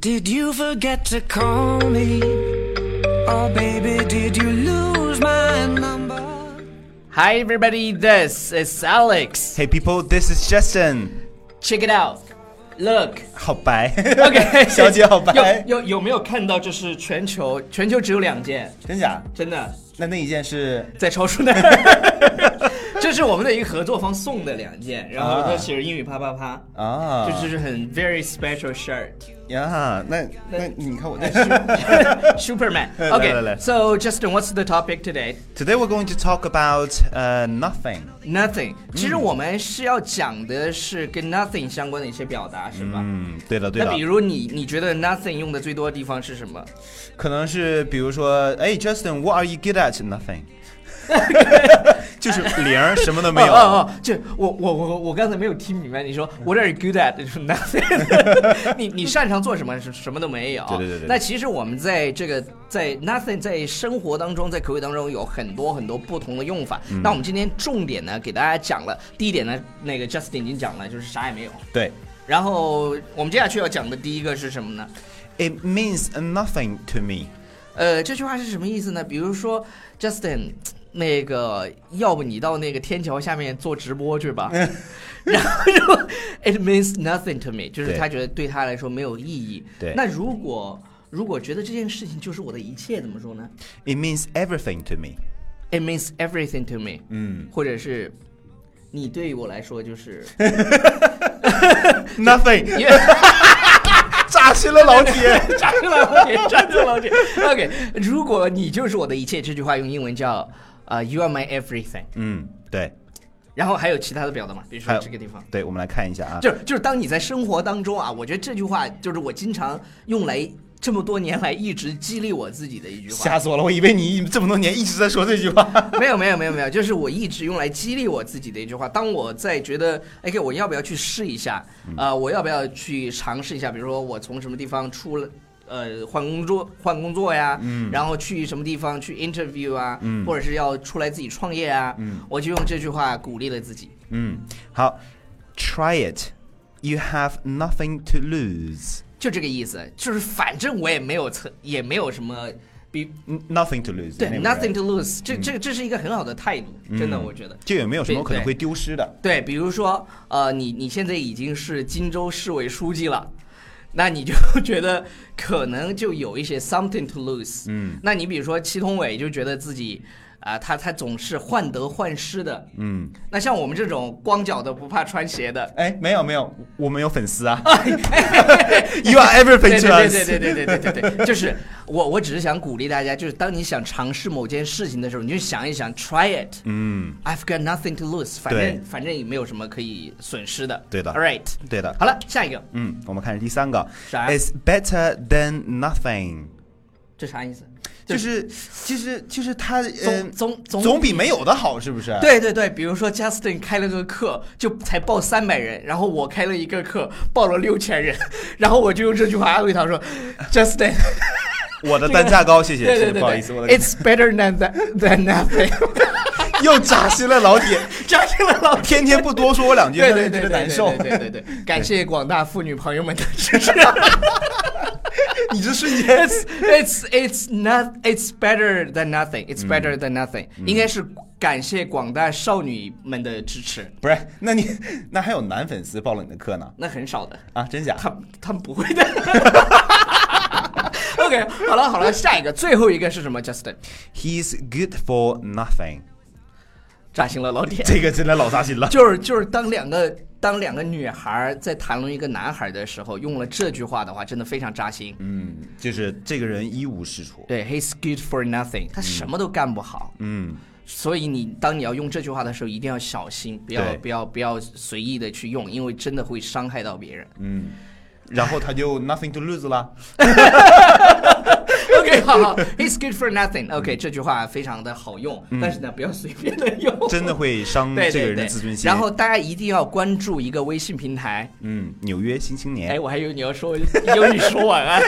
Did you forget to call me? Oh, baby, did you lose my number? Hi everybody, this is Alex. Hey people, this is Justin。 Check it out. Look. 好白 OK， 小姐好白，有有有没有看到？就是全球，全球只有两件，真假？真的 那那一件是在超市 那儿。这是我们的一个合作方送的两件，然后它写着英语啪啪啪，啊，这就是很 very special shirt 呀，那那你看我这 Superman. 来来来 Okay, so Justin, what's the topic today? Today we're going to talk about uh nothing. Nothing。其嗯实我们是要讲的是跟 nothing 相关的一些表达，是吧？嗯，对了对那了比，如你，你觉得 nothing 用的最多的地方是什么？可能是比如说，哎，Justin，what are you good at? Nothing 。 就是零儿，什么 都没哦哦有。嗯哦，就我我我我刚才没有听明白，你说 what are you good at？就 是 nothing 你。你擅长做什么？是什么都没有。对对对对那其实我们在这个在 nothing 在生活当中，在口语当中有很多很多不同的用法。嗯那我们今天重点呢，给大家讲了第一点呢，那个 Justin 已经讲了，就是啥也没有。对然后我们接下去要讲的第一个是什么呢？ ，It means nothing to me。呃，这句话是什么意思呢？比如说，Justin，那个，要不你到那个天桥下面做直播去吧。嗯 然后就，it means nothing to me，就是对他觉得对他来说没有意义。对那如果如果觉得这件事情就是我的一切，怎么说呢 It means everything to me。 ？It means everything to me。嗯或者是，你对于我来说就是， ，nothing 因为 扎心了，老铁。站住老铁，站住老铁。OK，如果你就是我的一切，这句话用英文叫呃、y o u are my everything。 嗯，对，然后还有其他的表达吗？比如还说有这个地方，对，我们来看一下啊。就是就是当你在生活当中啊，我觉得这句话就是我经常用来这么多年来一直激励我自己的一句话。吓死我了！我以为你这么多年一直在说这句话。没有没有没有没有，就是我一直用来激励我自己的一句话。当我在觉得，OK，我要不要去试一下？嗯啊，我要不要去尝试一下？比如说我从什么地方出了。呃，换工作，换工作呀，嗯然后去什么地方去 interview 啊，或者是要出来自己创业啊，我就用这句话鼓励了自己。嗯，好，Try it. You have nothing to lose. 就这个意思，就是反正我也没有测，也没有什么比 N- Nothing to lose. 对 anyway, 嗯 nothing to lose，这这这是一个很好的态度，真的，我觉得。就也没有什么对可能会丢失的。对，比如说，呃，你你现在已经是荆州市委书记了，那你就觉得可能就有一些 something to lose。嗯，那你比如说祁同伟就觉得自己。啊、他他总是患得患失的，嗯，那像我们这种光脚的不怕穿鞋的，哎，没有没有，我们有粉丝 啊。you are everything to us. 哎对对对对对对对对对，就是我我只是想鼓励大家，就是当你想尝试某件事情的时候，你就想一想，try it。嗯， I've got nothing to lose，反正反正也没有什么可以损失的。对的 All right，对的。好了，下一个，嗯，我们看第三个啥，It's better than nothing，这啥意思？就是就是就是它嗯总总总总比没有的好，是不是？对对对，比如说 Justin 开了个课，就才报三百人，然后我开了一个课，报了六千人，然后我就用这句话安慰他说，Justin，我的单价高，谢谢，对对谢对谢，对不好意思，我的，It's better than that than nothing， 又扎心了，老铁。扎心了老天天不多说我两句，对让对人对觉对得对难受。对对对，对感谢广大妇女朋友们的支持。 你这瞬间 It's it's it's not it's better than nothing. It's better than nothing. 嗯应该是感谢广大少女们的支持， 不是？那你那还有男粉丝报了你的课呢？那很少的，啊，真假？他他们不会的。OK，好了好了，下一个最后一个是什么？Justin， He's good for nothing。 扎心了老铁。这个真的老扎心了。就是就是当两个当两个女孩在谈论一个男孩的时候，用了这句话的话，真的非常扎心。嗯，就是这个人一无是处。对，he's good for nothing，他什么都干不好。嗯，所以你当你要用这句话的时候，一定要小心，不要对不要不要随意的去用，因为真的会伤害到别人。嗯然后他就 nothing to lose 了。 OK，好好，It's good for nothing。OK，、这嗯句话非常的好用，但是呢，不要随便的用，真的会伤对嗯这个对人的对自尊。心。然后，大家一定要关注一个微信平台。嗯，纽约新青哎，年。我还以为你要说英语说晚安，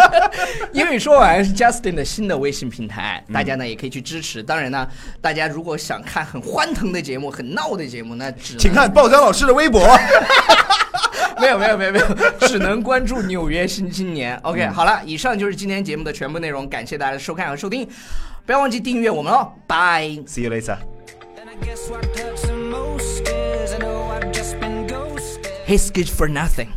英语说晚安是 Justin 的新的微信平台，大家呢也可以去支持。当然呢，大家如果想看很欢腾的节目、很闹的节目，那只能请看鲍江老师的微博。 没有没有没有没有，只能关注纽约新青年。OK，、好了，以上就是今天节目的全部内容，感谢大家的收看和收听，不要忘记订阅我们哦，拜。 See you later. And I guess what hurts the most is I know I've just been ghosted. He's good for nothing.